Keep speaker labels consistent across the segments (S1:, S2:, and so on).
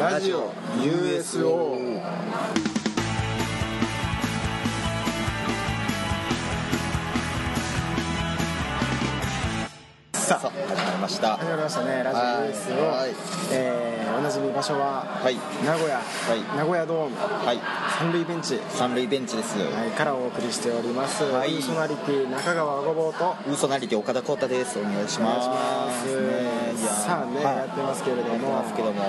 S1: ラジオ USO
S2: さあ始まりました
S1: 始まりましたねラジオ
S2: はい
S1: USO、
S2: はい
S1: えーおなじみ場所は、
S2: はい
S1: 名古屋、
S2: い
S1: 名古屋ドーム
S2: はい
S1: 三塁ベンチ、
S2: 三塁ベンチです
S1: はい、からお送りしております、
S2: はい
S1: パーソナリティ中川ごぼうと
S2: ウソなりで岡田浩太ですお願いし
S1: お願
S2: ま
S1: いします
S2: すねいや
S1: さあね、
S2: はい
S1: やってますけれど
S2: やって
S1: も
S2: ますけども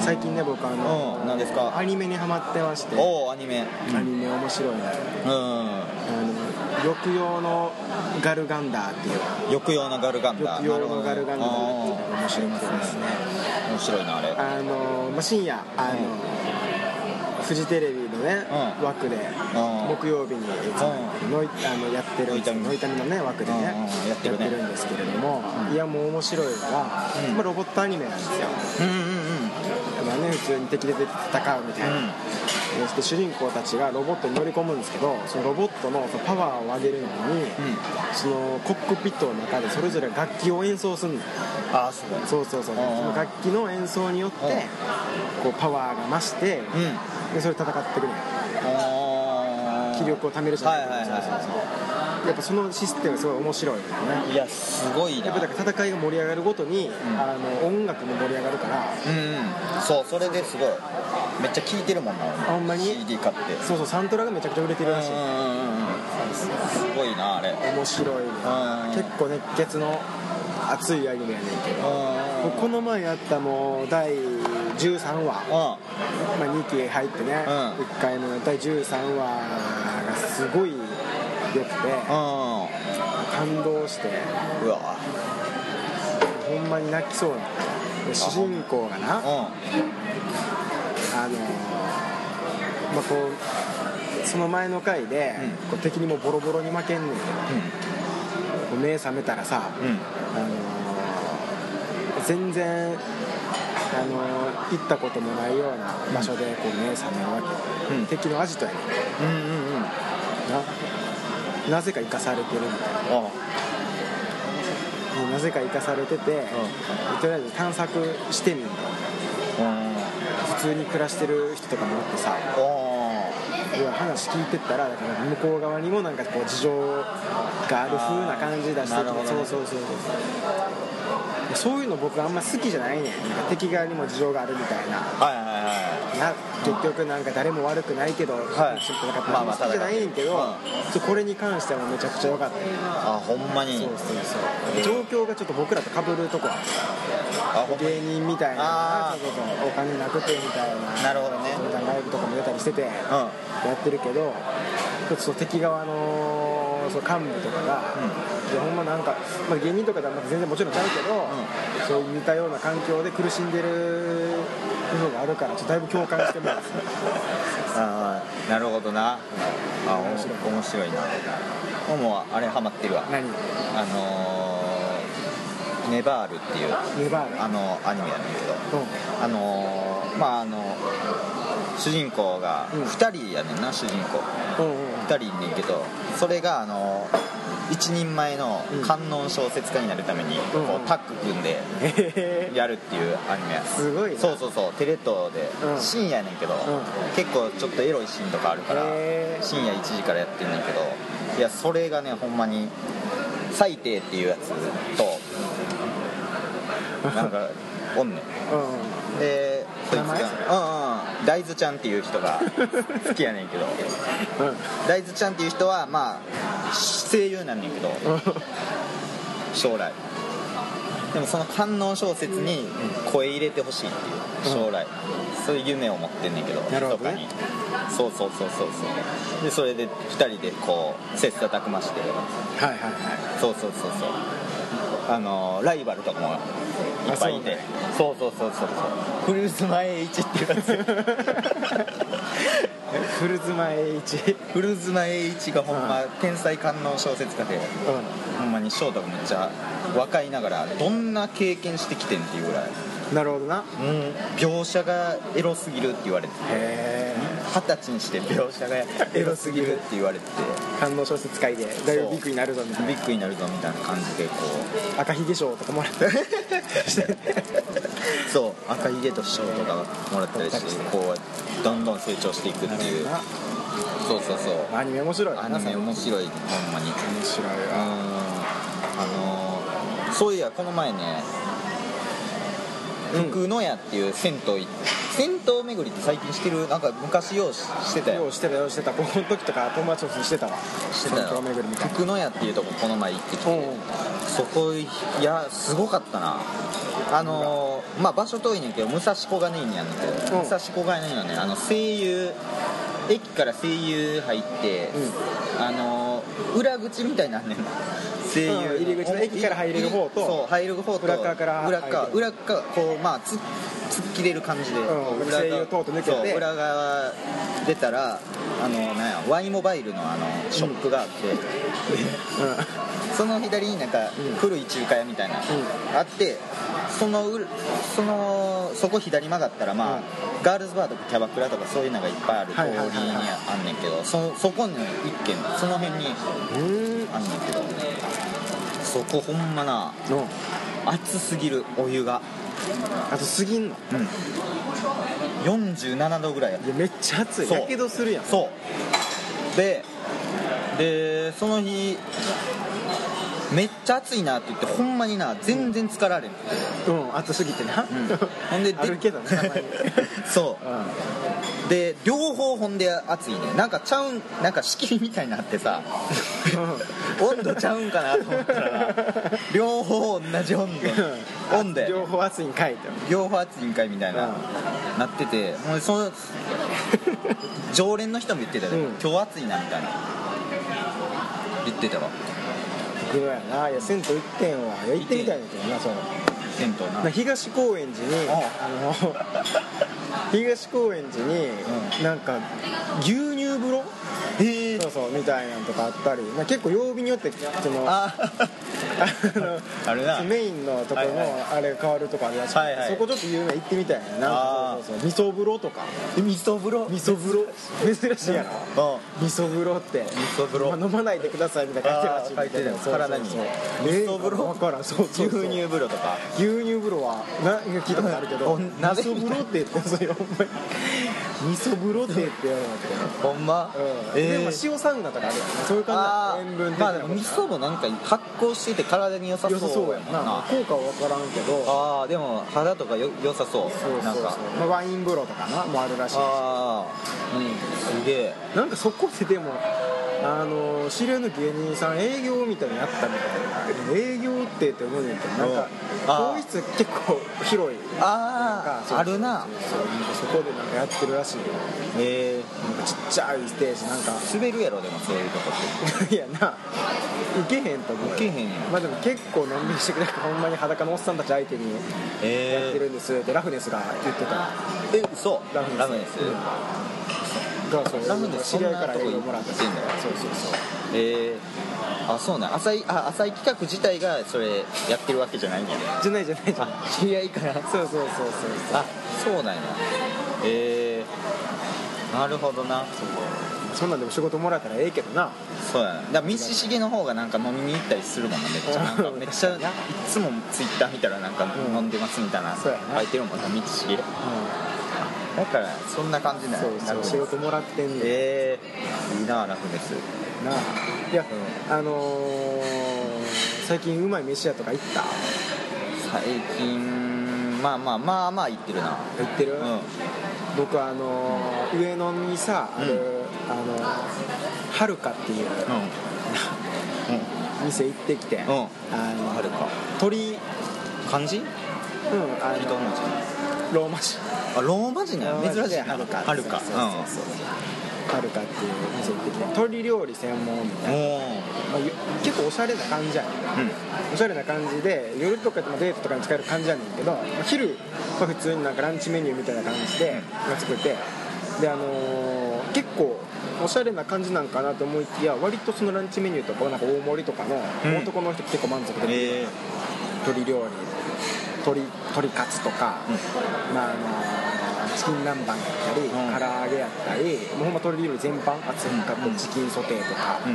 S1: 最近ね僕あの、
S2: うん何ですか
S1: アニメにハマってましてア
S2: おおアニメ
S1: ニメ面白いね
S2: う
S1: あの抑揚のガルガンダーっていうん
S2: 抑揚のガルガンダ
S1: 抑揚のガルガンダーっていうのが面白くてですね
S2: 面白いなあれ
S1: あのまあ深夜あの、フジテレビのね、
S2: うん
S1: 枠で
S2: ん
S1: 木曜日にいつものいあのやってる
S2: のいたみ
S1: のいたみのね枠でね
S2: うんうんやってるね
S1: んですけれども、いやもう面白いのが、
S2: うん
S1: まあ、ロボットアニメなんですよ、
S2: うんうんうん
S1: まあね、普通に敵で戦うみたいな、
S2: うん
S1: そして主人公たちがロボットに乗り込むんですけどそのロボットのそのパワーを上げるのに、
S2: うん
S1: そのコックピットの中でそれぞれ楽器を演奏するんです
S2: ああすごい
S1: そうそうそう
S2: うんうん
S1: その楽器の演奏によって
S2: うん
S1: こうパワーが増して
S2: うん
S1: でそれ戦ってくる
S2: あー
S1: 気力を貯めるじゃないですか
S2: はいはいはい
S1: そうそうそうやっぱそのシステムがすごい面白いですよね
S2: いやすごいな
S1: やっぱだから戦いが盛り上がるごとに、あの音楽も盛り上がるから
S2: うんうんそうそれですごいめっちゃ聴いてるもんな俺
S1: ほんまに
S2: CD 買って
S1: そうそうサントラがめちゃくちゃ売れて
S2: うん
S1: る
S2: うん
S1: らしい
S2: うんうんすごいなあれ
S1: 面白いな
S2: うん
S1: 結構熱血の熱いアニメやねんけどもうこの前やったもう第13話
S2: うん
S1: まあ、2期入ってね、
S2: うん
S1: 1回の第13話がすごい良くて
S2: うん
S1: 感動して
S2: うわ
S1: ほんまに泣きそうなで主人公がなあの
S2: う
S1: ーまあ、こうその前の回で、
S2: う
S1: こう敵にもボロボロに負けんねんけどこ
S2: ん
S1: う目覚めたらさ、
S2: うんうん
S1: あのー全然、あのー行ったこともないような場所でこう目覚めるわけ、
S2: うん
S1: 敵のアジトやねん
S2: うんうんうん
S1: ななぜか生かされてるみたいな
S2: あ
S1: もうなぜか生かされてて、とりあえず探索してみる
S2: うん
S1: 普通に暮らしてる人とかもおってさ
S2: あ
S1: うわ話聞いてったらだから向こう側にもなんかこう事情がある風な感じだし
S2: あーなるほどね
S1: そうそうそうそうそういうの僕あんま好きじゃないねんなんか敵側にも事情があるみたいな
S2: あはいはいは
S1: な結局なんか誰も悪くないけど、
S2: はい
S1: ちょっとなんか
S2: まあ
S1: あん
S2: ま
S1: ま
S2: あ
S1: 好きじゃないねんけど、
S2: 戦
S1: そうこれに関してはめちゃくちゃ良かった
S2: いあほんまに
S1: そうそうそう状況がちょっと僕らと被るとこある
S2: あほんまに
S1: 芸人みたいな
S2: あー
S1: そうそうそうお金なくてみたいな
S2: なるほどね
S1: そうライブとかも出たりしててや
S2: うんうん
S1: ってるけどちょっとそう敵側のそう幹部とかが、いやほんまなんか、まあ、芸人とかではまた全然もちろんちゃうけど、そういう似たような環境で苦しんでるのがあるからちょっとだいぶ共感してます
S2: あーなるほどなあ面白い面白いなももはあれハマってるわ
S1: 何
S2: あのーネバールっていう
S1: ネバール
S2: あのアニメやねんけど
S1: う
S2: あのーまああの主人公が
S1: うん
S2: 2人やねんな主人公
S1: んうんうん
S2: 2人いんねんけどそれがあの一人前の観音小説家になるために
S1: うん
S2: こうタッグ組んで
S1: へへ
S2: やるっていうアニメ
S1: すごいな
S2: そうそうそうテレ東で
S1: うん
S2: 深夜やねんけど
S1: ん
S2: 結構ちょっとエロいシーンとかあるから
S1: へー
S2: 深夜1時からやってんねんけどいやそれがねほんまに「最低」っていうや つとなんかおんねん
S1: うんうん
S2: でそいつ
S1: 名前
S2: がうんうん大豆ちゃんっていう人 が好きやねんけど
S1: うん
S2: 大豆ちゃんっていう人はまあ声優なんねんけど将来でもその観音小説に声入れてほしいっていう将来、そういう夢を持ってんねんけど
S1: なるほどね
S2: 密かにそうそうそうそうそうでそれで2人でこう切磋琢磨して
S1: はいはいは
S2: そうそうそうそうあのライバルとかもいっぱいいてそう,、そうそうそうそう古妻栄一っていう やつ
S1: い古妻栄一
S2: 古妻栄一がほんま天才観音小説家で
S1: う
S2: ほんまに翔太がめっちゃ若いながらどんな経験してきてんっていうぐらい
S1: んなるほどな
S2: もう描写がエロすぎるって言われてて
S1: へ
S2: 二十歳にして描写がエロすぎるって言われてて
S1: え感動小説界でだいぶビッグになるぞみたい
S2: ビッグになるぞみたいな感じでこう
S1: な赤ひげ賞とかもらって
S2: そう赤ひげと賞とかもらったりしてこうどんどん成長していくっ
S1: な
S2: て
S1: る
S2: い
S1: ほ
S2: う
S1: どな
S2: そうそうそう
S1: アニメ面白い
S2: アニメ面白いほんまに
S1: 面白い
S2: うんあのーそういやこの前ね
S1: うん
S2: 福野屋っていう銭湯い銭湯巡りって最近してるなんか昔ようししてた
S1: よ
S2: よ
S1: うしてたようしてた高校の時とか友達としてたわ
S2: してた
S1: 東
S2: よ
S1: 京巡りみたいな
S2: 福野屋っていうとここの前行ってきて
S1: うんうん
S2: そこいやすごかったなあのーまあ場所遠いねんけど武蔵小金井にあるんだけ
S1: う
S2: ど、
S1: ん
S2: 武蔵小金井のねあの声優駅から声優入って、あのー裏口みたいになんねん声優の、
S1: うん入り口の駅から入れる方と
S2: そう入る方と
S1: 裏側から
S2: 裏側
S1: 入る
S2: 裏側こうまあつ突っ切れる感じで、
S1: ん
S2: こう
S1: 声優通って抜けて
S2: そう裏側出たらあのなんや Y モバイルのあのショップがあって、その左になんか
S1: うん
S2: 古い中華屋みたいな、あってそのうそのそこ左曲がったらまあ、
S1: うん
S2: ガールズバーとかキャバクラとかそういうのがいっぱいある通
S1: はい
S2: り
S1: はい
S2: に
S1: はいはい
S2: あんねんけどそそこに一軒その辺に
S1: うんうん
S2: あんねんけどそこほんまな
S1: の
S2: 熱すぎるお湯が、
S1: あとすぎんの
S2: うん、47度ぐらいやった
S1: いやめっちゃ暑い
S2: そう
S1: やけどするやん
S2: そうででその日めっちゃ暑いなって言ってほんまにな全然疲られん、
S1: うん暑すぎてな、
S2: ほんでで
S1: あるけどねたまに
S2: そう
S1: うん
S2: うで両方ほんで暑いねなんかちゃうんなんか仕切りみたいになっ てさ温度ちゃうんかなと思ったらな両方同じ温度温度やね
S1: 両方暑いんかいって
S2: 両方暑いんかいみたいな、
S1: うん
S2: なっててほんでその常連の人も言ってたよ、
S1: うん
S2: 今日暑いなみたいな言ってたわ
S1: 僕のやないや銭湯行ってんわいや行ってみたいんだけどなそう
S2: 銭湯な
S1: な東高円寺に
S2: うん
S1: あの 東高円寺に、
S2: う
S1: なんか牛乳風呂
S2: へえ
S1: そうそうみたいなんとかあったり、まあ、結構曜日によってその
S2: あ
S1: あの
S2: あれな
S1: メインのとこ
S2: はい
S1: ろ
S2: はい
S1: のあれ変わるとかあるらしくて、
S2: はいはい
S1: そこちょっと有名行ってみたいなな
S2: あー
S1: そうそうそう味噌風呂とか
S2: 味噌風呂
S1: 味噌風呂珍しいやろ
S2: うん
S1: 味噌風呂って味
S2: 噌風呂
S1: 飲まないでくださいみたいな書いてるらしいみいな
S2: あー書いてる体に
S1: そうそう
S2: 味
S1: そう
S2: 噌風呂
S1: えーわからんそうそうそう
S2: 牛乳風呂とか
S1: 牛乳風呂はな聞いたことあるけど
S2: お
S1: 味
S2: 鍋
S1: 噌風呂って言ってそれお前味噌風呂って言ってやるのって
S2: ほんま、
S1: うん
S2: え
S1: でも
S2: ー
S1: 塩サウナとかあるよねそういう
S2: あ
S1: 感じだよね塩分
S2: ー
S1: 的
S2: まあ
S1: な
S2: で
S1: こと
S2: も味噌もなんか発酵してて体に良さ
S1: 良さそ
S2: そうう
S1: や
S2: や
S1: も
S2: も
S1: ん
S2: ん
S1: な
S2: な
S1: 効果は分からんけどそう
S2: ああでも肌とかよ良さそう
S1: そう
S2: なん
S1: そう、
S2: か
S1: まあ、ワイン風呂とかなもあるらしい
S2: ああうんすげえ
S1: なんかそこででもあの知り合いの芸人さん営業みたいなのやったみたいな営業ってって思うねんけどなんか
S2: うんあー
S1: 更衣室結構広い
S2: あ
S1: そう
S2: ああるな
S1: そうそうなんかそこでなんかやってるらしいよ
S2: ええ
S1: なんかちっちゃいステージなんか
S2: 滑るやろでもそういうとこっ
S1: いやな受けへんと思うよ
S2: ウケへんよ
S1: まあでも結構のんびりしてくれるほんまに裸のおっさんたち相手に
S2: て
S1: やって
S2: え
S1: るんですってラフネスが言ってたラ
S2: え嘘ラ
S1: フネス
S2: ムです
S1: うんだからそう
S2: ラフネス
S1: 知り合いから
S2: そんなとこ
S1: 営業もらったし
S2: 行ってんだ
S1: そうそうそう
S2: ええあそうなん浅いあ浅い企画自体がそれやってるわけじゃないんやね
S1: じゃないじゃないじゃない
S2: 知り合いから
S1: そうそうそうそう
S2: あそうなんやええなるほどな
S1: そうそんなんでも仕事もらえたらええけどな
S2: そうやなだから道重の方がなんか飲みに行ったりするもんなめっ ちゃなんかめっちゃいっつもツイッター見たらなんか
S1: うん
S2: 飲んでますみたいな
S1: そうやな
S2: 書いてるもんな道重
S1: う
S2: だからそんな感じなんの
S1: そうそう仕事もらってんねん
S2: ええいいなラフです
S1: なあいやあのー最近うまい飯屋とか行った
S2: 最近まあまあまあまあ言ってるな
S1: 行ってる
S2: うんうん
S1: 僕はあのー上野にさある
S2: う
S1: あのーはるかっていう店行ってきて
S2: うん
S1: あ
S2: うんは
S1: の
S2: るか
S1: 鳥うん
S2: 漢字
S1: あ
S2: 一文
S1: の
S2: 字
S1: ローマ字
S2: あローマ字なんや珍しいな
S1: はるか
S2: はるか
S1: そうそうそうそうはるかっていう店行ってきて鳥料理専門み
S2: う
S1: たい
S2: ん
S1: な
S2: お
S1: まあゆ結構おしゃれな感じやねん
S2: ーうん
S1: おしゃれな感じで夜とかでもデートとかに使える感じやねんけどまあ昼は普通になんかランチメニューみたいな感じで作ってであのー結構おしゃれな感じなんかなと思いきや割とそのランチメニューとかはなんか大盛りとかの
S2: うん
S1: 男の人結構満足できる、
S2: ええ
S1: 鶏料理鶏鶏カツとか、
S2: う
S1: まああのーチキン南蛮やったり、
S2: ん
S1: 唐揚げやったりもうほんま鶏料理全般あとかもチキンソテーとか、
S2: うん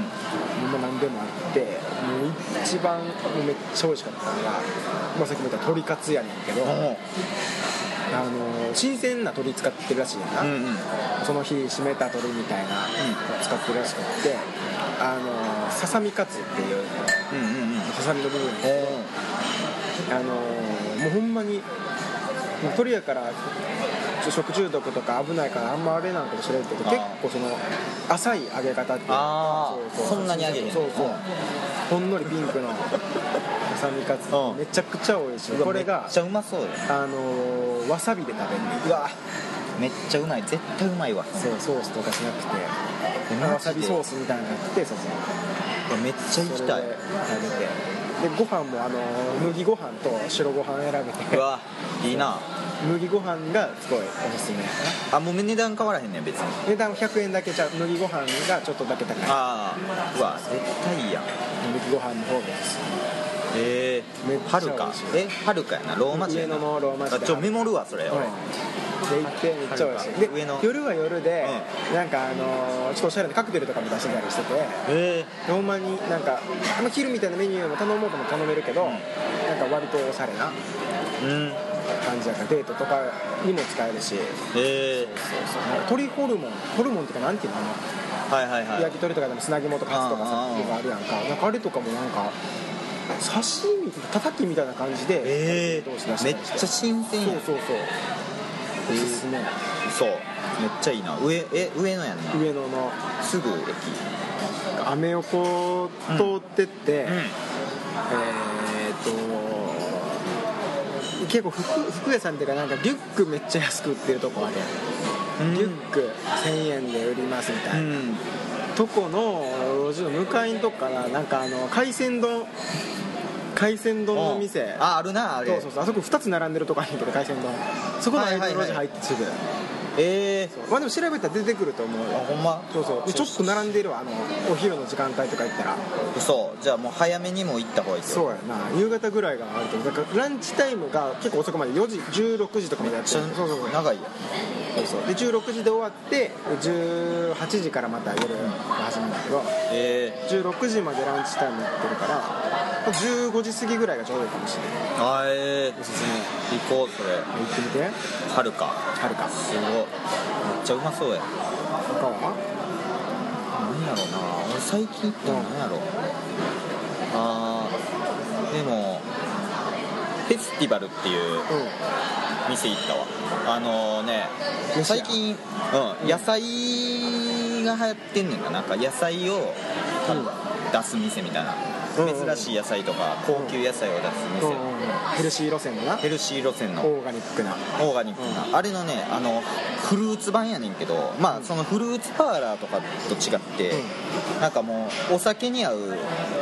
S1: もう何でもあってもう一番もうめっちゃ美味しかったのが、まあ、さっきも言った鶏カツやねんけど、あの新鮮な鶏使ってるらしいねんな、
S2: うんうん
S1: その日締めた鶏みたいな、使ってるらしくってあのささみカツっていう
S2: うんうんうん
S1: ささみの部分あのもうほんまに鳥やからちょ食中毒とか危ないからあんまあれなんかもしれんけど
S2: あ
S1: 結
S2: ー
S1: 構その浅い揚げ方っていう
S2: あ
S1: か
S2: ーそんなに揚げへん
S1: そうそう
S2: う
S1: ほ
S2: ん
S1: んのりピンクのささみカツ
S2: うん
S1: めちゃくちゃ美味しい
S2: うん
S1: これ
S2: め
S1: が
S2: っちゃうまそうよ
S1: あのわさびで食べる
S2: うわめっちゃうまい絶対うまいわ
S1: そうソースとかしなくて
S2: えマジで
S1: わさびソースみたいなのがあってそうそう
S2: いやめっちゃ行き
S1: それ
S2: たい
S1: で食べてでご飯もあの麦ご飯と白ご飯選べ
S2: う
S1: て
S2: わいいな
S1: 麦ご飯がすごいおすすめ
S2: あもう値段変わらへんねん別に
S1: 値段100円だけじゃ麦ご飯がちょっとだけ高い
S2: ああうわ絶対いいやん
S1: 麦ご飯の方が安
S2: え
S1: め
S2: え
S1: っちゃ
S2: はるか
S1: 美味
S2: えはるかやなローマ字やな
S1: 上野のローマ字
S2: あちょメモるわそれ
S1: い、
S2: 俺
S1: で行ってめっちゃ美味しいで
S2: 上の
S1: 夜は夜で、なんかあのーちょっとおしゃれなカクテルとかも出してたりしてて
S2: え
S1: ほんまになんかあんま昼みたいなメニューも頼もうとも頼めるけど、なんか割とおしゃれな
S2: えうん
S1: 感じやからデートとかにも使えるし
S2: ええ
S1: なんか鶏ホルモンホルモンっていうかなんていうの
S2: はいはいはい
S1: 焼き鳥とかでも砂肝とかカツとかさ
S2: あーあー
S1: とかあるやんかなんかあれとかもなんか刺身叩きみたいな感じで
S2: ええ
S1: 同士出した
S2: め
S1: り
S2: っ
S1: して
S2: ちゃ新鮮やん
S1: そうそうそうおすすめ
S2: そうめっちゃいいな上え上野やんな
S1: 上野の
S2: すぐ駅
S1: アメ横通ってって、えーっと結構服服屋さんっていうかなんかリュックめっちゃ安く売ってるとこあるやん
S2: うん
S1: リュック1000円で売りますみたいな、
S2: うん
S1: とこの路地の向かいのとこからなんかあの海鮮丼海鮮丼の店
S2: ああるなあれ
S1: そうそうそうあそこ2つ並んでるとこあるんやけど海鮮丼そこの間の路地入ってすぐ、
S2: ええ
S1: まあでも調べたら出てくると思う
S2: あ
S1: よ
S2: ほんま
S1: そうそうでちょっと並んでるわあのお昼の時間帯とか行ったら
S2: そうじゃあもう早めにも行った方がいいですよ
S1: そうやな夕方ぐらいがあると思うだからランチタイムが結構遅くまで4時16時とかまでやって
S2: ち
S1: る
S2: ょ
S1: そうそうそう
S2: 長いやん
S1: そうそうで16時で終わって18時からまた夜が始まるんだけど
S2: ええ
S1: 16時までランチタイムやってるから15時過ぎぐらいがちょうどいいかもしれない
S2: あええ
S1: おすすめ
S2: 行こうそれ
S1: 行ってみて
S2: はるか
S1: はるか
S2: すごいめっちゃうまそうや
S1: 他は
S2: なんやろな俺最近行ったのなんやろあーでもフェスティバルっていう
S1: う
S2: 店行ったわあのね
S1: 飯屋
S2: 最近、うん、野菜が流行ってんねんかなんか野菜を
S1: んうん
S2: 出す店みたいな、
S1: うんうん
S2: 珍しい野菜とか高級野菜を出す店、
S1: うんうんヘルシー路線のな
S2: ヘルシー路線の
S1: オーガニックな
S2: オーガニックな、あれのねあのフルーツ版やねんけどまあそのフルーツパーラーとかと違って、なんかもうお酒に合う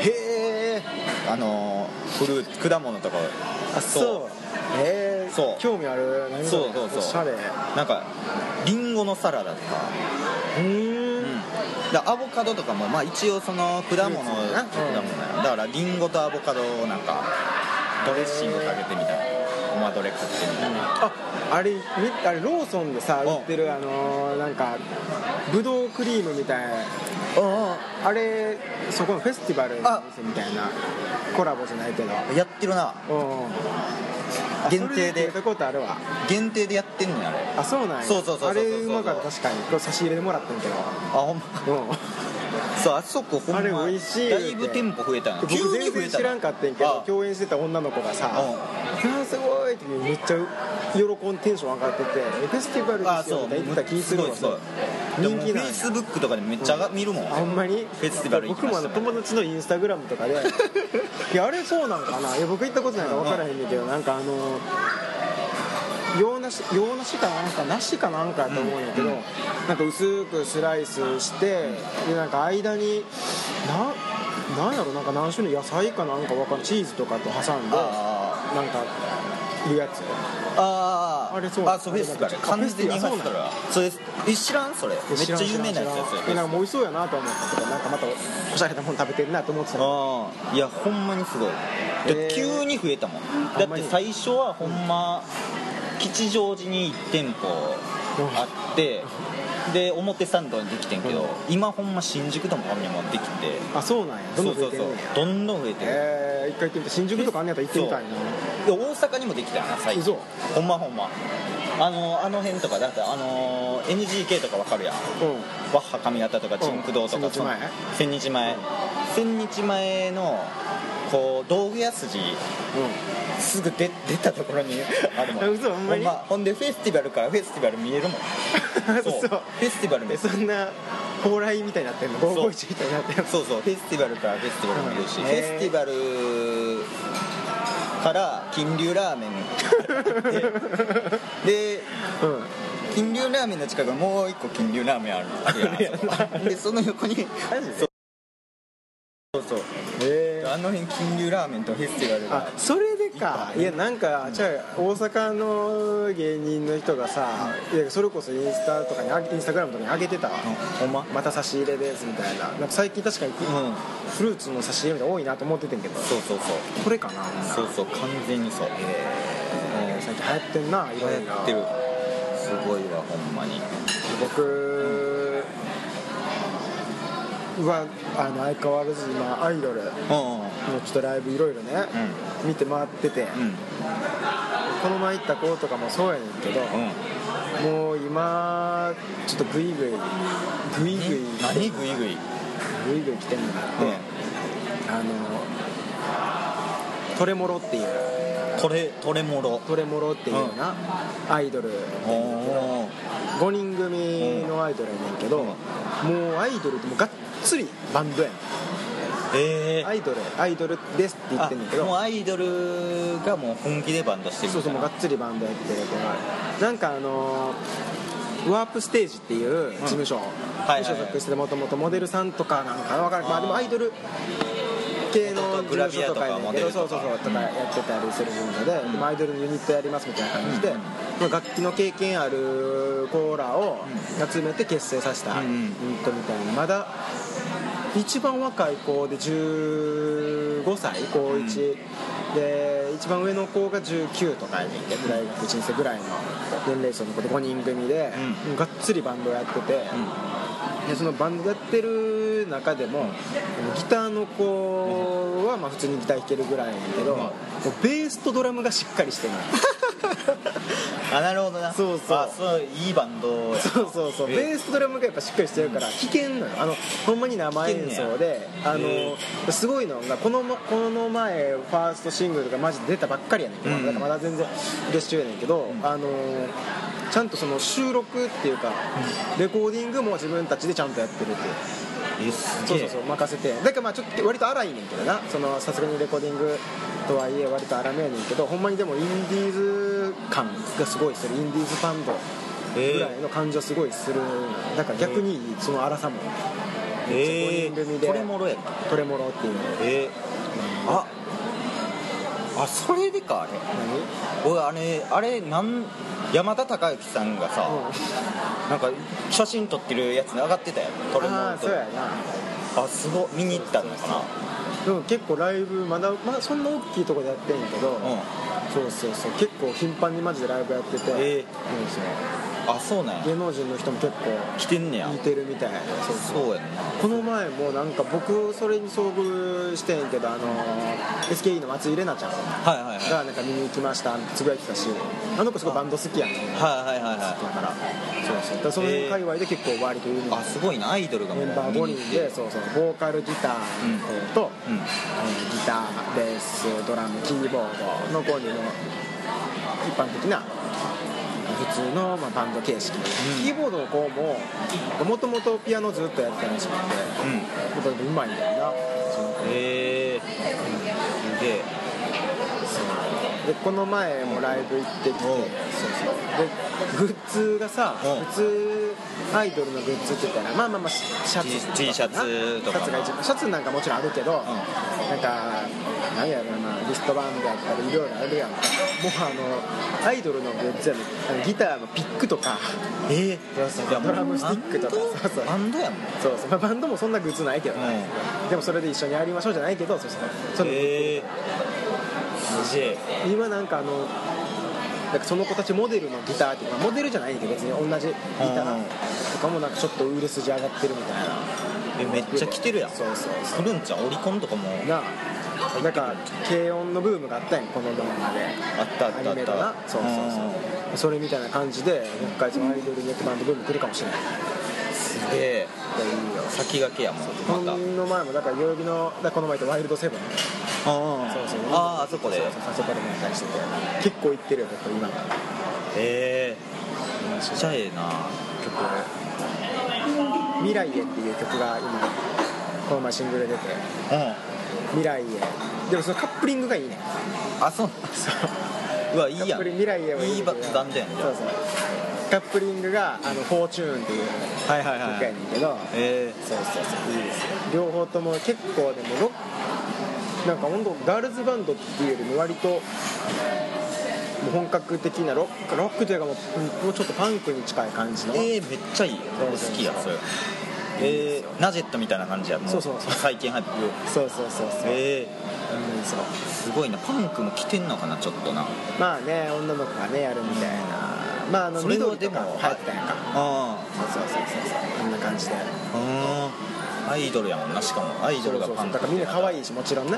S1: へえ
S2: あのフルーツ果物とかを
S1: あそうへえ
S2: そう
S1: 興味ある何
S2: そうそうそう
S1: おしゃれう
S2: なんかリンゴのサラダとか
S1: ーん
S2: でアボカドとかも、まあ、一応その果物
S1: フルーツ
S2: だ,、
S1: ね
S2: だからリンゴとアボカドをなんかドレッシングかけてみたいなごまドレかけてみたいな、
S1: ああれみあれローソンでさ
S2: うん
S1: 売ってるあのーなんかブドウクリームみたいなあれそこのフェスティバルの店みたいなコラボじゃないけど
S2: やってるな
S1: うん
S2: 限定
S1: それ聞
S2: で
S1: いたことあるわ
S2: 限定でやってんねんあれあ
S1: あそうなんや
S2: そうそうそうそ
S1: あ
S2: うそう
S1: れうまかった確かにこれ差し入れでもらったんやけ
S2: ほんま
S1: どうん
S2: そうあそこほんま
S1: あれ美味しいよ
S2: だいぶ店舗増えたな
S1: 僕
S2: 急に
S1: 全
S2: 増え
S1: 然
S2: た
S1: 知らんかったんやけど
S2: あ
S1: 共演してた女の子がさ「
S2: うん
S1: あすごい!」ってめっちゃ喜んでテンション上がってて「えフェスティバル
S2: あ
S1: ですよ」
S2: そう
S1: みたいな言ってた気するわ
S2: すごいすごい
S1: 人気
S2: で
S1: な
S2: も
S1: んや
S2: フェイスブックとかでめっちゃ見るもん、
S1: あほんまに
S2: フェスティバル行き
S1: 僕
S2: ま
S1: も
S2: し
S1: あ
S2: たね
S1: の友達のインスタグラムと かでいやあれそうなんかないや僕行ったことないから分からへんねんけどなんかあの洋梨洋梨かなんか梨かなんかやと思うんやけど、
S2: うん
S1: なんか薄くスライスしてでなんか間にななんやろなんか何種類野菜かなんかわかんチーズとかと挟んでな
S2: あ
S1: んかいうやつ
S2: ーあー
S1: あれそう
S2: あそうフェスだね
S1: あ
S2: 完全に
S1: フェスティバル
S2: 入ってたらそれえ知らんそれめっちゃ有名なやつや
S1: 知らん知らん知らん
S2: そ
S1: え
S2: れ
S1: なんかもう美味しそうやなと思ったけどなんかまたおしゃれなもの食べてるなと思ってたけど
S2: ああいやほんまにすごい
S1: え
S2: で
S1: ー
S2: 急に増えたもんだ
S1: ほん
S2: っ
S1: ま
S2: て
S1: に
S2: 最初はほんま吉祥寺に1店舗あってで表参道にできてんけど、
S1: うん
S2: 今ほんま新宿とかにもできて
S1: あそうなんやどん
S2: そ
S1: ど
S2: うん
S1: 増
S2: そ
S1: え
S2: う
S1: て
S2: そ
S1: ん
S2: う
S1: ねや
S2: どんどん増えてる、
S1: えー、一回行ってみたい新宿とかあんねやったら行ってみたいな
S2: で大阪にもできたよな最近
S1: 嘘
S2: ほんまほんまあのあの辺とかだってあの NGK とかわかるや
S1: う
S2: ん
S1: ん
S2: バッハ神形とか
S1: ん
S2: チンク堂とか
S1: 千日前
S2: 千日前千日前のこう道具屋筋すぐ出出たところにあるもん
S1: 嘘ほんまに
S2: ほほんでフェスティバルからフェスティバル見えるもん
S1: うん
S2: そう
S1: そう
S2: フェスティバル見
S1: え
S2: えるそ
S1: そんな蓬莱みたいになってんの
S2: そう
S1: 551みたいになってんの
S2: うそうフェスティバルからフェスティバル見えるし、
S1: うん
S2: フェスティバルから金龍ラーメ ンでで
S1: うん
S2: 金龍ラーメンの近くにもう一個金龍ラーメンあるあるやんあそこでその横に
S1: マジで
S2: そうそう
S1: え
S2: あの辺金龍ラーメンとフェスティバルが
S1: あそれでかいやなんかじゃあ大阪の芸人の人がさ、いやそれこそインスタとかにあインスタグラムとかに上げてたわ、
S2: ほんま
S1: また差し入れですみたいななんか最近確かにフ
S2: うん
S1: フルーツの差し入れみたいなの多いなと思っててんけど
S2: そうそうそう
S1: これかななんか
S2: そうそう完全にそう
S1: えー最近流行ってんない
S2: 流
S1: ろいろ
S2: 行ってるすごいわほんまに
S1: 僕はあの相変わらず今アイドルの
S2: う
S1: ちょっとライブいろいろね、見て回ってて、
S2: んうん
S1: この前行った子とかもそうやねんけど、
S2: うん
S1: もう今ちょっとグイグイグイグイ
S2: 何グイ
S1: グ
S2: グイ
S1: イグイ来てんのがあって、あのトレモロっていう
S2: これトレモロ
S1: トレモロっていうな、アイドル
S2: おお
S1: 5人組のアイドルやねんけど、
S2: うん
S1: もうアイドルってもうがっつりバンドやねん
S2: ええ
S1: アイドルアイドルですって言ってんねんけ
S2: もう
S1: ど
S2: アイドルがもう本気でバンドしてる
S1: そうそうもうがっつりバンドやってるからなんかあのワープステージっていう事務所
S2: はいはい
S1: に所属しててもともとモデルさんとかなんか分からんまあでもアイドル系の事務所とかやねんけど
S2: 元々グラビアとかモデルとか
S1: そうそうそうとかやってたりする分で、
S2: ん
S1: でもアイドルのユニットやりますみたいな感じで、
S2: うん
S1: まあ楽器の経験あるコーラを集めて結成させた
S2: う
S1: ユ
S2: ん
S1: ニットみたいなまだ一番若い子で15歳高1、で一番上の子が19とかやねんけど大学1年生ぐらいの年齢層の子で5人組で、がっつりバンドやってて。でそのバンドやってる中でもギターの子はまあ普通にギター弾けるぐらいやねんけど、
S2: うん
S1: もうベースとドラムがしっかりしてない
S2: あなるほどな
S1: そうそう
S2: あそういいバンドや
S1: そうそうそう
S2: え
S1: ベースとドラムがやっぱしっかりしてるから弾けんのよあのほんまに生演奏であ
S2: へ
S1: のすごいのがこのもこの前ファーストシングルがマジで出たばっかりやねんけど、
S2: うん
S1: だからまだ全然レス中やねんけど、あのちゃんとその収録っていうか、レコーディングも自分たちでちゃんとやってるっていう
S2: えす
S1: そ
S2: げ
S1: う
S2: え
S1: そうそう任せてだからまあちょっと割と荒いねんけどなそのさすがにレコーディングとはいえ割と荒めやねんけどほんまにでもインディーズ感がすごいするインディーズバンド
S2: え
S1: ぐらいの感じはすごいするだから逆にその荒さも
S2: ええ
S1: 五人組で
S2: トレモロやっけ
S1: トレモロっていうの
S2: えー、ああそれでかあれ俺あれあれなん山田孝之さんがさ、
S1: 何、うん、
S2: なんか写真撮ってるやつに上がってたやん撮れ
S1: あ
S2: 物
S1: あ
S2: と
S1: そうやな
S2: あすごい見に行ったのかな
S1: でも結構ライブまだまだそんな大きいとこでやってんけど、
S2: うん
S1: そうそうそう結構頻繁にマジでライブやってて、
S2: ええ
S1: うんそう
S2: あそうなんや
S1: 芸能人の人も結構
S2: 来てんねや
S1: 似てるみたいそうそう
S2: そうやんな
S1: この前もなんか僕それに遭遇してんけどあの SKE の松井玲奈ちゃ
S2: はいはいはい
S1: んがなんか見に行きましたつぶやいてたしあの子すごいバンド好きやねんだ
S2: はいはいはいは
S1: からそうそうだからその
S2: え
S1: 辺
S2: ー
S1: 界隈で結構割と有名
S2: いあすごいなアイドルがも
S1: メ
S2: う
S1: ンバー
S2: 見
S1: 5
S2: に行っ
S1: 人
S2: て
S1: でそうそうボーカルギターと、
S2: うん
S1: ギターベースドラムキーボードの5人の一般的な普通の、まあ、バンド形式、
S2: ん
S1: キーボードの子ももともとピアノずっとやってたらしくて
S2: うん
S1: やっぱりうまいんだよなその子
S2: へえー、すげえ
S1: そうでこの前もライブ行ってきて、そうそうでグッズがさ、
S2: うん
S1: 普通アイドルのグッズって言ったらまあまあまあシシャツ
S2: T- T シャツとか
S1: シャツが一番シャツなんかもちろんあるけど、なんか何やろなリストバンドやったりいろいろあるやんかもうあのアイドルのグッズやねあのギターのピックとか
S2: え
S1: そうそう
S2: いやもう
S1: ドラムスティックとかそうそう
S2: バンドやもん
S1: そうそう、まあ、バンドもそんなグッズないけどな、でもそれで一緒にやりましょうじゃないけどそうそうその
S2: えー、すげえ
S1: 今なんかあのなんかその子たちモデルのギターっていうかモデルじゃないけど別に同じギターとかもなんかちょっと売れ筋上がってるみたいな
S2: えめっちゃ来てるやん
S1: そうそうそ
S2: 来るんちゃうオリコンとかも
S1: うなあなんか軽音のブームがあったやんこのドラマで
S2: あったあ
S1: ア
S2: った
S1: ニ
S2: あっ
S1: メだな
S2: た
S1: そうそうそうそれみたいな感じでもう一回そのアイドルネットバンドブーム来るかもしれない
S2: すげえ
S1: いいよ
S2: 先駆けやも
S1: こ
S2: んまた
S1: の前もだから代々木のだからこの前とワイルドセブン
S2: あ
S1: そうそう
S2: あーあそこで
S1: そうそうあそこでもやったりしてて結構行ってるよやっぱ今
S2: ええめっちゃええな
S1: 曲「未来へ」っていう曲が今この前シングルで出て
S2: う
S1: 「未来へ」でもそのカップリングがいいね
S2: んあそううわいい
S1: カ
S2: や
S1: ップ
S2: ん
S1: リング未来へはいい
S2: いいババンドやんじ
S1: そ
S2: ゃあ
S1: うそうカップリングが「あのフォーチューン」っていう曲
S2: はいはい
S1: や
S2: は
S1: ね
S2: い
S1: んけど
S2: え
S1: そうそうそういいですよ両方とも結構でもロックなんか本当ガールズバンドっていうよりも割ともう本格的なロックロックというかもうもうちょっとパンクに近い感じの
S2: えええめっちゃいいよ俺好きやそれええナジェットみたいな感じやも
S1: そうそうそう
S2: 最近入ってる
S1: そうそうそうそう
S2: え
S1: うんそう
S2: えすごいなパンクも来てんのかなちょっとな
S1: まあね女の子がねやるみたいな、まああの
S2: それは
S1: 緑とか
S2: でも
S1: 流行ってたやんか
S2: あ
S1: そうそうそうそうこんな感じで
S2: あうんアイドルやもんなしかもアイドルが
S1: そう
S2: パ
S1: そう
S2: ン
S1: そうだ
S2: ク
S1: からみんな可愛いしもちろんね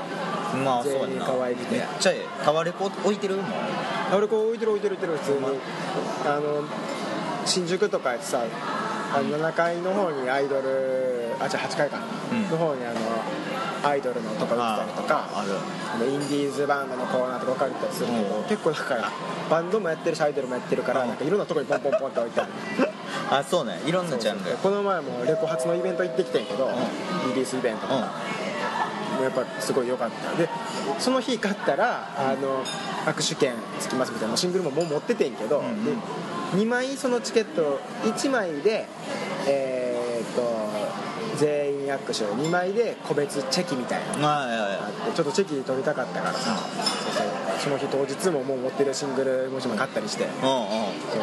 S2: まあそう
S1: 全
S2: やん
S1: 員
S2: な
S1: 可愛くて
S2: めっちゃええタワレコ置いてるもん
S1: あ俺こう置いてる置いてる置いてる普通にあの新宿とかやってさあの7階の方にアイドルあじゃ8階か、
S2: うん
S1: の方にあのアイドルのとか売ってたりとか
S2: あある
S1: あのインディーズバンドのコーナーとか分かれたりするけど、
S2: うん
S1: 結構だからバンドもやってるしアイドルもやってるから、
S2: うん
S1: なんかいろんなとこにポンポンポンって置いてある
S2: あそうねいろんなジャンル
S1: この前もレコ発のイベント行ってきてんけど、リリースイベントと
S2: うん
S1: か、もうやっぱすごい良かったでその日買ったら、あの握手券つきますみたいなもうシングルももう持っててんけど、
S2: うんうん
S1: で2枚そのチケット1枚でえーっと全員握手を2枚で個別チェキみたいなの
S2: まあいやい
S1: があ
S2: や
S1: ってちょっとチェキ取りたかったからさそうそうその日当日ももう持ってるシングルもしも買ったりして
S2: うんうん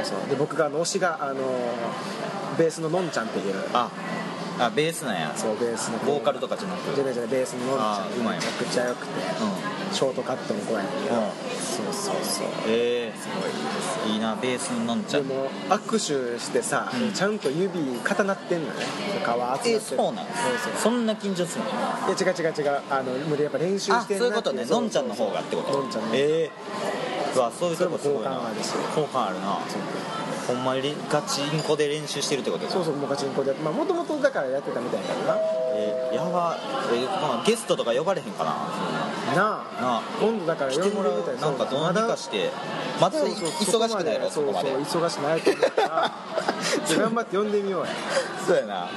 S1: そうそうで僕があの推しがあのベースののんちゃんっていう
S2: ああベースなんや
S1: そうベースの
S2: ボーカルとかじゃなく
S1: じゃないじゃないベースののんちゃ
S2: あ
S1: ん
S2: ーうまい
S1: めちゃくちゃ良くて
S2: う
S1: ショートカットも怖いんだけど
S2: うん
S1: そうそうそうん
S2: ええいいなベースののんちゃ
S1: で
S2: ん
S1: も握手してさ、
S2: うん
S1: ちゃんと指固なってんのね皮厚
S2: え
S1: な
S2: ー
S1: ってる
S2: そうなん
S1: そうそ
S2: そんな緊張するの
S1: ういや違う違う違うあの無理やっぱ練習
S2: あ
S1: し
S2: そう
S1: てん
S2: いう
S1: な
S2: こ
S1: って
S2: とねのんちゃんの方がってこと
S1: のんちゃんの方
S2: ええうわそういうとこすごい
S1: それも好
S2: な
S1: 感あるし
S2: 好感あるなほんまにガチンコで練習してるってことか
S1: そうそうもうガチンコでまあもともとだからやってたみたいだからな
S2: えーやばえーまあゲストとか呼ばれへんかな
S1: なあ
S2: なあ
S1: 今度だから
S2: 来てもらう
S1: 呼んでみたい
S2: なんかどうにかしてまず
S1: そうそう
S2: 忙しくないろ
S1: そ
S2: そ
S1: こ
S2: こ
S1: ま
S2: ま
S1: で
S2: で
S1: そうそう忙しくないと思うから じゃあ頑張って呼んでみようや
S2: そうやな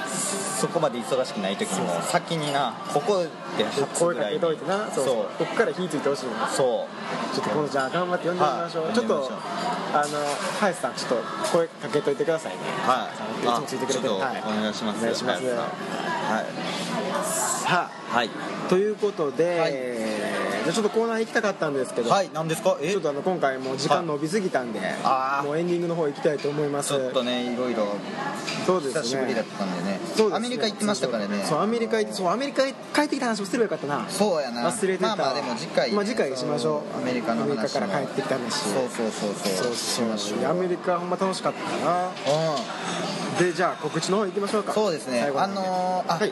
S2: そこまで忙しくない時にも先になここで初
S1: 声
S2: ぐ
S1: からけ
S2: いに
S1: といてなそう
S2: そう
S1: こっから火ついてほしいもん
S2: そ
S1: ちょっと今度じゃあ頑張って呼んでみましょう、
S2: はい
S1: ちょっ
S2: 呼ん
S1: と
S2: でみましょう
S1: あの林さんちょっと声かけといてくださいね
S2: うはい
S1: いつもついてくれて
S2: あちょっとお
S1: はい
S2: 願いします
S1: お願いします
S2: はい
S1: さ
S2: はい
S1: あということで、
S2: はい
S1: じゃあちょっとコーナー行きたかったんですけど、
S2: はい何ですかえ
S1: ちょっとあの今回もう時間伸びすぎたんで、
S2: あー
S1: もうエンディングの方行きたいと思います
S2: ちょっとねいろいろ
S1: そうですね
S2: 久しぶりだったんでね
S1: そうですね
S2: アメリカ行ってましたからね
S1: そうアメリカ行ってそうアメリカへ帰ってきた話もすればよかったな
S2: そうやな
S1: 忘れてた
S2: まあまあでも次回ね
S1: まあ次回しましょう
S2: アメリカの話も
S1: アメリカから帰ってきた話
S2: そうそうそう
S1: そ
S2: そう
S1: そ
S2: うし
S1: う
S2: ましょう
S1: アメリカほんま楽しかったな
S2: う
S1: でじゃあ告知の方行きましょうか
S2: んそうですね
S1: 最後
S2: あ
S1: なんで
S2: のーあ
S1: はい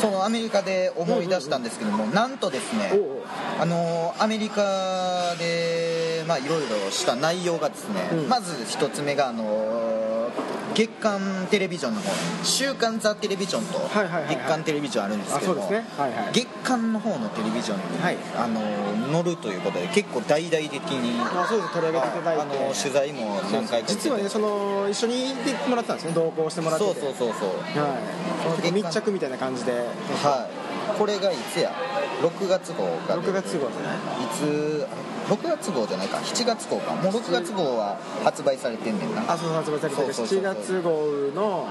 S2: そのアメリカで思い出したんですけどもなんとですね
S1: おうおう
S2: あのーアメリカでまあいろいろした内容がですね、
S1: うん
S2: まず一つ目があのー月刊テレビジョンの方「週刊ザ・テレビジョン」と
S1: はいはいはいはい
S2: 月刊テレビジョンあるんです
S1: あ
S2: け
S1: そ
S2: ど
S1: うで
S2: も
S1: すねはいはい
S2: 月刊の方のテレビジョンに、
S1: はい
S2: あのー載るということで結構大々的に
S1: あそうです取り上げていただいて
S2: あのー取材も何回か
S1: 実はねその一緒に行ってもらってたんですね同行してもらって
S2: そ
S1: て
S2: うそうそうそう
S1: はい
S2: その
S1: 密着みたいな感じで
S2: はいこれがいつや6月号が出て
S1: 6月号じゃない
S2: いつ6月号じゃないか7月号かもう6月号は発売されてんねんな
S1: あそう発売されてる
S2: そうそうそう
S1: 7月号の
S2: の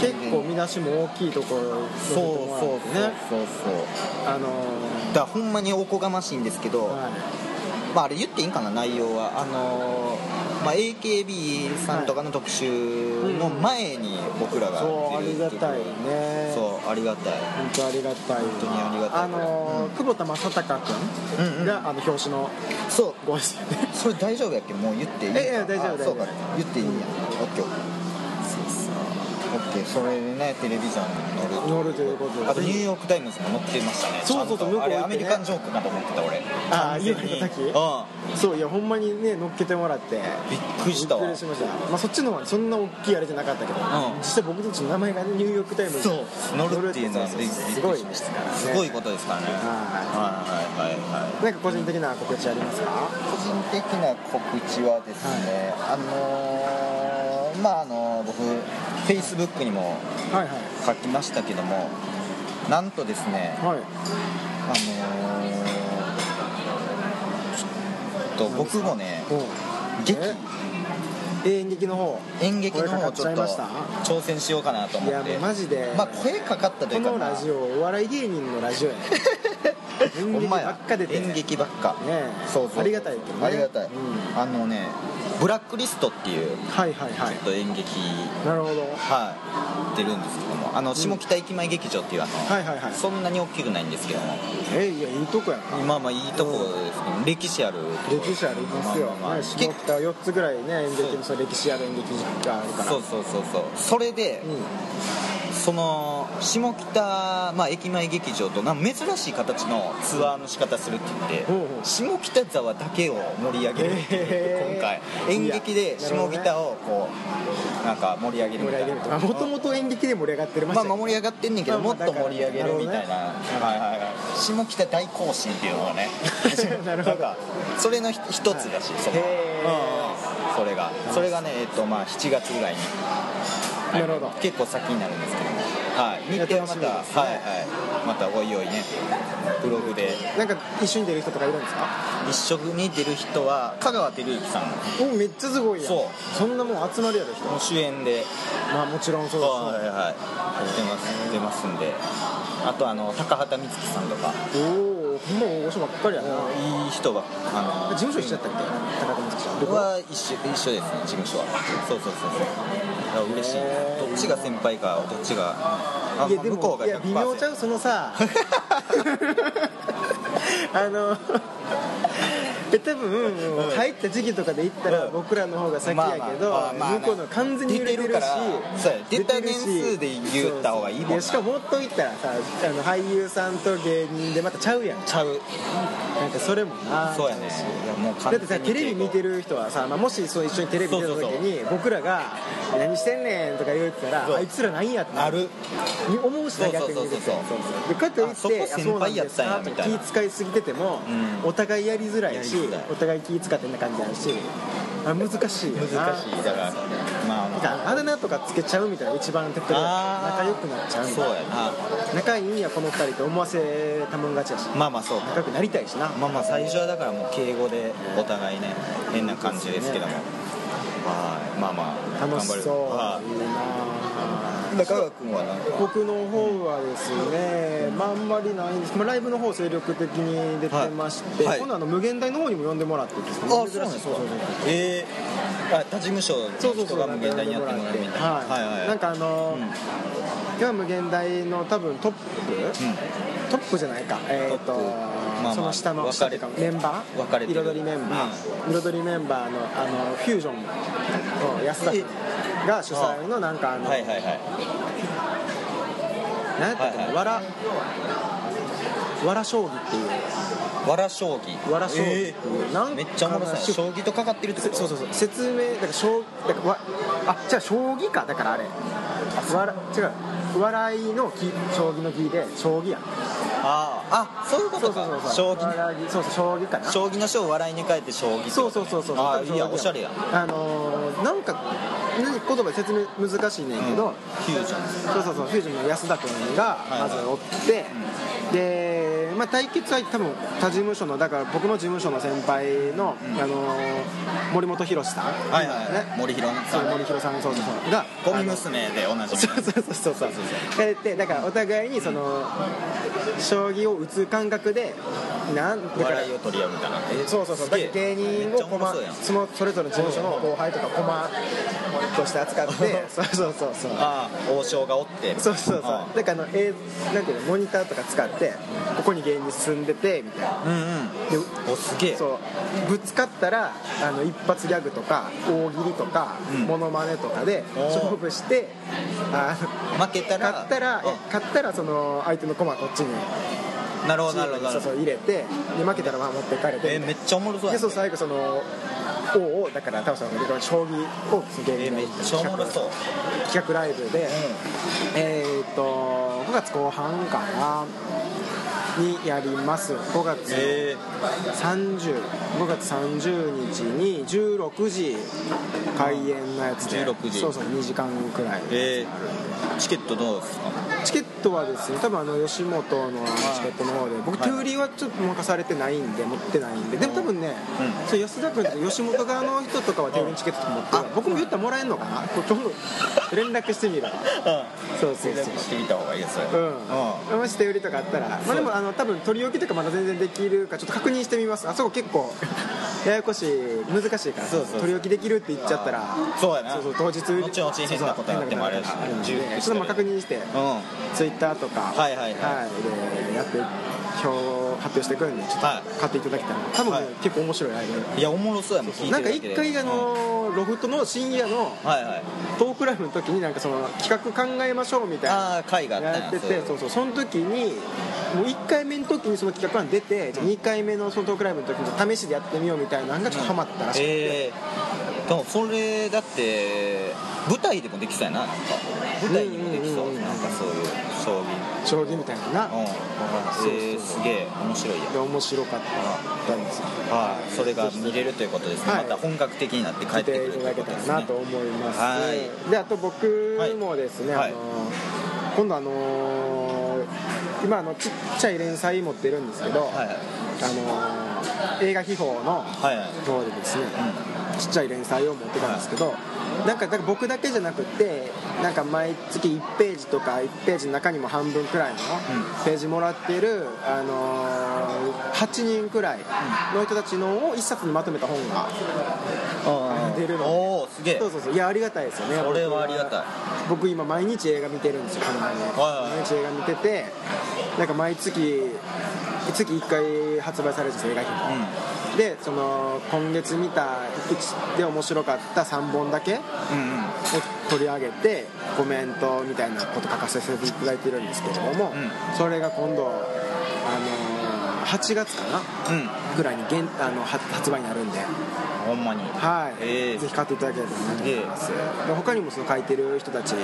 S1: 結構見出しも大きいところ
S2: そうそうそう
S1: ね
S2: そう
S1: あの
S2: だからほんまにおこがましいんですけど、
S1: ーはい
S2: まああれ言っていいんかな内容はあのーまあ、AKB さんとかの特集の前に僕らが
S1: そうあ
S2: 出る
S1: り
S2: ってい
S1: が
S2: う
S1: たいね
S2: そうありがたい
S1: 本当ありがたい本
S2: 当にありがたい
S1: あのー久保田正孝
S2: うんう
S1: 君
S2: ん
S1: が、あの表紙の
S2: そう
S1: ごですよね
S2: それ大丈夫やっけもう言っていい
S1: ええ大丈夫
S2: あ
S1: 大丈夫
S2: そうか言っていいやん OK そうそう OK それでねテレビジョンに載る
S1: 乗るということで
S2: あとニューヨーク・タイムズも載ってましたね
S1: そうそうそう
S2: ちゃん
S1: 向こう
S2: とあれ
S1: 行
S2: ア
S1: ってね
S2: メリカンジョークかと思ってた俺
S1: ああ
S2: 完全に
S1: 言うの叩き
S2: う
S1: そういやほんまにね乗っけてもらって
S2: んびっくりし
S1: び
S2: た
S1: っく
S2: わ
S1: りしました、まあ、そっちの方はそんな大きいあれじゃなかったけど、
S2: ん
S1: 実際僕たちの名前がねニューヨークタイムに
S2: そう乗るっていうのは
S1: 乗
S2: び
S1: る
S2: っ
S1: っ
S2: く
S1: て
S2: り
S1: いう
S2: しました
S1: すごいですからね
S2: すごいことですからねはい
S1: は
S2: はいはいはい
S1: いなんか個人的な告知ありますか
S2: 個人的な告知はですね、あのーまああのー僕 Facebook にも
S1: はいはい
S2: 書きましたけどもなんとですね
S1: はい
S2: あのーちょっと僕もね劇
S1: えうん演劇の方
S2: 演劇の
S1: 声
S2: 方
S1: か
S2: を
S1: かっ
S2: ち
S1: ちゃ
S2: ょっ
S1: い
S2: と
S1: ました
S2: 挑戦しようかなと
S1: い
S2: 思
S1: や
S2: っ
S1: も
S2: て
S1: うマジで、
S2: まあ声かかったとい
S1: こ
S2: うか
S1: のラジオお笑い芸人のラジオや ね演
S2: まあほ
S1: 劇
S2: んま
S1: ばっ
S2: や
S1: か出て
S2: 演劇ばっか
S1: ねえ
S2: そうそう
S1: ありがたいけどね
S2: ありがたい、
S1: うん
S2: あのねブラックリストっていう
S1: はいはいは
S2: ちょっと演劇
S1: いなるほど
S2: はい、出るんですけどもあの下北駅前劇場っていうあの、
S1: はいはいはい
S2: そんなに大きくないんですけども
S1: えいやいいとこやな
S2: まあまあいいとこですけど、歴史あるとこ
S1: 歴史ありますよ、
S2: まあまあまあ
S1: ね、下北4つぐらいね演劇のその歴史ある演劇があるから
S2: そうそうそうそうそれで、
S1: うん
S2: その下北、まあ、駅前劇場となんか珍しい形のツアーの仕方するって言っ
S1: ほ
S2: て、
S1: うほう
S2: 下北沢だけを盛り上げるっていう、
S1: へー
S2: 今回
S1: いや
S2: 演劇で
S1: なるほど
S2: 下
S1: ね
S2: 北をこうなんか盛り上げ
S1: 盛
S2: るみ
S1: り上
S2: たい
S1: げ
S2: な
S1: るともともと演劇で盛り上がってまし
S2: ま
S1: た
S2: あ
S1: け
S2: ま
S1: ど
S2: あ盛り上がってんねんけど
S1: ま
S2: も
S1: あ
S2: っ
S1: まあ
S2: と盛り上げるみたいなはいはいはい下北大行進っていうのがね
S1: なるほど
S2: んかそれのひ一つだしその
S1: へ
S2: うんうんそれがそれがねえっとまあ7月ぐらいに
S1: なるほど
S2: 結構先になるんですけどもはい
S1: い
S2: 日
S1: や
S2: 程はま
S1: 楽し
S2: た
S1: みですね
S2: はいはいまたおいおいねブログで
S1: なんか一緒に出る人とかいるんですか
S2: 一緒に出る人は香川照之さん
S1: おめっちゃすごいやん
S2: そう
S1: そんなもん集まるやろ人
S2: の主演で
S1: まあもちろんそう
S2: は
S1: で
S2: いはい出ます出ますんであとあの高畑充希さんとか
S1: すねおおほんま大御所ばっかりやない
S2: い人ばっかあの
S1: 事務所一緒やったっけ高田美月ちゃん
S2: 僕は一緒一緒ですね事務所はそうそうそうそういや嬉しい
S1: へー
S2: どっちが先輩かどっちがあ
S1: いやで
S2: 向こ
S1: も
S2: うが
S1: いや
S2: 100%
S1: 微妙ちゃうその さあのえ多分、
S2: ん
S1: 入った時期とかで行ったら
S2: うん
S1: 僕らの方が先やけど、
S2: まあまあまあまあ
S1: 向こうの完全に売れてるし
S2: 出てるからそうや出た
S1: 出てるし
S2: 年数で言った方がいいもんな
S1: そうそうやしかももっと言ったらさあの俳優さんと芸人でまたちゃうやん
S2: ちゃう
S1: なんかそれもな
S2: そうやねいやもう
S1: だ
S2: 完
S1: ってさ
S2: 全に
S1: テレビ見てる人はさ、まあ、もしそう一緒にテレビ見てた時に僕らが「何してんねん」とか言ってたら
S2: そう
S1: あいつら何やって
S2: なる
S1: に思うしな逆に見てて
S2: そうそうそうそう
S1: でかといっ
S2: あそ
S1: て
S2: こ先輩やったんや
S1: あそうなんですか
S2: みたい
S1: と
S2: な
S1: か気使いすぎてても、
S2: うん
S1: お互いやりづらいし
S2: やりづらい
S1: お互い気使ってんな感じあるしあ難しいよな
S2: 難しいだからま
S1: な
S2: あ
S1: ん
S2: まあ
S1: かあだ名とかつけちゃうみたいな一番手っ取り早い
S2: あー
S1: 仲良くなっちゃうみ
S2: そ
S1: た
S2: う
S1: い
S2: やな
S1: な仲いいんやこの二人って思わせたもん勝ちやし
S2: まあまあそう
S1: 仲良くなりたいしな
S2: まあまあ最初はだからもう敬語でお互いね変な感じですけど
S1: そ
S2: も
S1: う
S2: はいまあまあ
S1: 楽しそう
S2: 頑張
S1: いいな
S2: る中川君はなんか
S1: 僕の方はですね、まああんまりないんです、まあ、ライブの方精力的に出てまして、
S2: はいはい
S1: 今度あの無限大の方にも呼んでもらってですね
S2: あ、そう
S1: 珍
S2: なん
S1: し
S2: で
S1: い
S2: す
S1: そう
S2: か
S1: そうそう。
S2: ええ、あ、他事務所の
S1: そうそうそ
S2: 人
S1: う
S2: が無限大にやってもらうみたいな。
S1: はい、
S2: はいはい。
S1: なんかあの
S2: うん、
S1: 今無限大の多分トップ、トップじゃないかえっ、と、
S2: トップまあまあ
S1: その下の
S2: 分か
S1: 下
S2: れ
S1: というかメンバー
S2: 分かれてる
S1: 彩りメンバー、彩りメンバーのあのフュージョンの安田君が主催のなんかあ
S2: うん
S1: の、
S2: はいはいはい。
S1: 何やったっけな、
S2: はいはい
S1: わらわら将棋っていう
S2: わら将棋。
S1: わら将棋ってい
S2: え
S1: う、なんか
S2: えめっちゃおもろそうや。
S1: し
S2: 将棋とかかってるってこと。
S1: そうそうそう説明だから将だからわあじゃあ将棋かだからあれわら違う笑いの木将棋の木で将棋やん
S2: ああ、あ、そういうこ
S1: そう
S2: と
S1: そうそう
S2: か。
S1: そう
S2: 将棋。
S1: 笑いそうそう将棋かな
S2: 将棋の将を笑いに変えて将棋。
S1: そうそうそうそう
S2: あ
S1: 多
S2: あ、
S1: 分将棋
S2: いいや、おしゃれや。
S1: あのー、なんかね言葉で説明難しいねんけど、
S2: フュージョン。
S1: そうそうそうフュージョンの安田君が
S2: い
S1: ま
S2: はい
S1: ずおって、でまあ、対決は多分他事務所のだから僕の事務所の先輩の、あの森本博さん、
S2: はいはい、
S1: ね
S2: 森弘さ
S1: そうん森博さんそうそうそうが
S2: ゴミ娘で同じ
S1: そうそうそうそうそうそうやってだからお互いにその将棋を打つ感覚でなんだから
S2: 笑いを取り合うみたいな
S1: そうそうそう
S2: すげえ
S1: だから芸人
S2: めっちゃ
S1: を
S2: おもろ
S1: 駒
S2: そうやん
S1: そのそれぞれの事務所の後輩とか駒として扱って そうそうそうそう
S2: ああ王将がおって
S1: そうそう
S2: あ
S1: そうだからあの、えーなんていうのモニターとか使ってここに芸人住んでてみたいな
S2: あうん
S1: で
S2: うんおすげえ
S1: そうぶつかったらあの一発ギャグとか大喜利とか、
S2: うん
S1: モノマネとかで
S2: おー
S1: 勝負してあの
S2: 負けたら
S1: 勝ったら、いや勝ったらその相手の駒こっちに
S2: うんなるほどなるほどな
S1: そ
S2: る
S1: うそう
S2: ほど
S1: 入れてで負けたらまあ持って帰れて
S2: えめっちゃおもろそう
S1: で
S2: やん
S1: そう最後その王をだから多分その将棋をその芸
S2: え
S1: 人
S2: めっちゃおもろそう
S1: 企画ライブで、えーっと5月後半かなにやります5月
S2: え
S1: 30 5月30日に16時開演のやつで
S2: 16時
S1: そうそう2時間くらい
S2: ー、えー、チケットどうですか
S1: チケットはですね多分あの吉本のチケットの方で僕
S2: はい
S1: 手売りはちょっと任されてないんで持ってないんででも多分ね、
S2: う
S1: そう安田君とか吉本側の人とかは手売りのチケットとか持ってる
S2: あ
S1: 僕も言ったらもらえるのかなこれちょっと連絡してみればそうそうそう
S2: してみた方がいいですよ
S1: うん、もし手売りとかあったら、まあ、でもあの多分取り置きとかまだ全然できるかちょっと確認してみますあそこ結構ややこしい難しいから
S2: そうそうそう
S1: 取り置きできるって言っちゃったら
S2: そうやな
S1: そうそう当日
S2: 後々変なことになってもあれやし
S1: そうそう変なことになるんで
S2: 重
S1: ちょっとまあ確認して
S2: うんは
S1: ツイッターとか
S2: はいはいはい
S1: でやって表を発表していくんでちょっと
S2: はい
S1: 買っていただけたら多分ね、
S2: はい
S1: 結構面白いライブ
S2: いやおもろそうやもん聞いてる
S1: なんか
S2: だけで
S1: 一回あ
S2: うん
S1: の、ロフトの深夜の
S2: はいはい
S1: トークライブの時になんかその企画考えましょうみたいな
S2: ああ会があったん
S1: やっててそううそうその時にもう1回目の時にその企画案出て2回目のそのトークライブの時に試しでやってみようみたいなのがちょっとハマったらしくて、
S2: えー、でもそれだって舞台でもできそうやななんか舞台にもできそ
S1: うん
S2: う,、
S1: うんうんうん
S2: なんかそういう将棋
S1: 将棋みたいなの
S2: うん
S1: な、そう
S2: えー、すげえ面白いやん
S1: で面白かったんですよ
S2: はい、それが見れるということですね、
S1: はい
S2: また本格的になって帰
S1: 来
S2: って
S1: て
S2: くる
S1: い
S2: と
S1: ただ
S2: いうこ
S1: けた
S2: とで
S1: ら
S2: すね
S1: なと思います、
S2: はい
S1: であと僕もですね、
S2: はい
S1: あの今度あの今あのちっちゃい連載持ってるんですけど、
S2: はいはい
S1: あの映画秘宝の
S2: はいはい
S1: 方でですね、ちっちゃい連載を持ってたんですけど、なんかだから僕だけじゃなくてなんか毎月1ページとか1ページの中にも半分くらいのページもらってる、あのー8人くらいの人たちのを1冊にまとめた本が、
S2: うん
S1: 出るの
S2: おおすげえ
S1: そうそうそういやありがたいですよね
S2: それはありがたい
S1: 僕今毎日映画見てるんですよこの前ね
S2: はい
S1: 毎日映画見ててなんか毎月月1回発売されるんですよ映画品が
S2: うん
S1: でその今月見たうちで面白かった3本だけを
S2: うんうん
S1: 取り上げてコメントみたいなこと書かせていただいてるんですけれども、
S2: うん
S1: それが今度、あのー8月かな
S2: うん
S1: ぐらいに現あの発発売になるんで、
S2: ほんまに
S1: はい
S2: ええ
S1: ぜひ買っていただければなと思います、で他にもその書いてる人たち、あ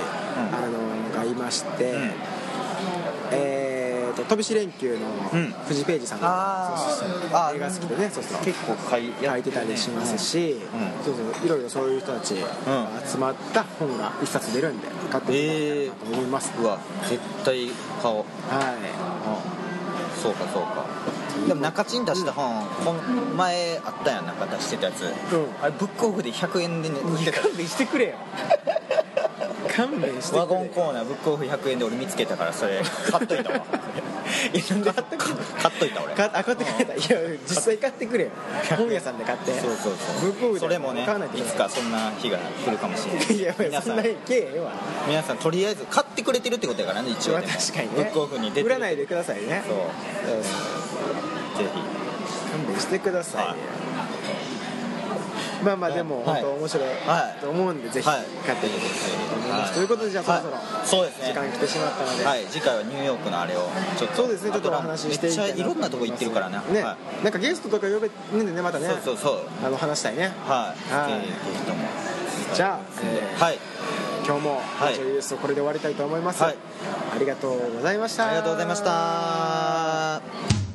S1: のーがいまして、
S2: うん
S1: えーと飛び石連休の
S2: うん
S1: 藤ページさんが、
S2: あ
S1: あ映画好きでねそうそう
S2: 結構書い
S1: 書いてたりしますし、
S2: ん
S1: そうそういろいろそういう人たちが集まった本が一冊出るんで買ってみたらなと思います、
S2: うんうわ絶対買おう
S1: は
S2: そうかそうかでも中地に出した本、こん前あったやんなんか出してたやつ、
S1: ん
S2: あれブックオフで100円でね売っ
S1: い
S2: てた
S1: 勘弁してく れよ勘弁してくれ
S2: ワゴンコーナーブックオフ100円で俺見つけたからそれ買っとい たわいやなんで買っといた俺
S1: かあ買ってくれたいや実際買ってくれよ本屋さんで買って
S2: そうそう
S1: ブックオフ
S2: そう
S1: で
S2: それもね
S1: 買わないと
S2: い
S1: いけない
S2: つかそんな日が来るかもしれない
S1: いやいや
S2: 皆
S1: そん
S2: さん
S1: なにけええわ
S2: 皆さんとりあえず買ってくれてるってことやからね一応
S1: まあ
S2: でも
S1: 確かにね
S2: ブックオフに出て
S1: 売
S2: る
S1: らないでくださいね
S2: そう、ぜ
S1: 勘弁してくださいよ
S2: はい
S1: まあまあでも
S2: は
S1: 本
S2: い
S1: 当面白い
S2: はい
S1: と思うんでぜ
S2: ひ
S1: ひ
S2: はい
S1: 買っていただきたいと思います、
S2: はい
S1: ということでじゃあそろそろ
S2: はいそうですね
S1: 時間来てしまったので、
S2: はい次回はニューヨークのあれをちょっと
S1: そうですねちょっとお話しして
S2: め
S1: き
S2: っち
S1: た
S2: ゃ
S1: いない
S2: ろんなとこ行ってるからね
S1: ね、
S2: は
S1: なんかゲストとか呼べるんでねまた
S2: い、
S1: ね
S2: そうそうそう
S1: あの話したいね
S2: はい、
S1: はい
S2: ぜひぜひとも
S1: じゃあ、えー
S2: はい
S1: 今日も「
S2: はい
S1: ラジオユース」これで終わりたいと思います、
S2: はい
S1: ありがとうございました
S2: ありがとうございました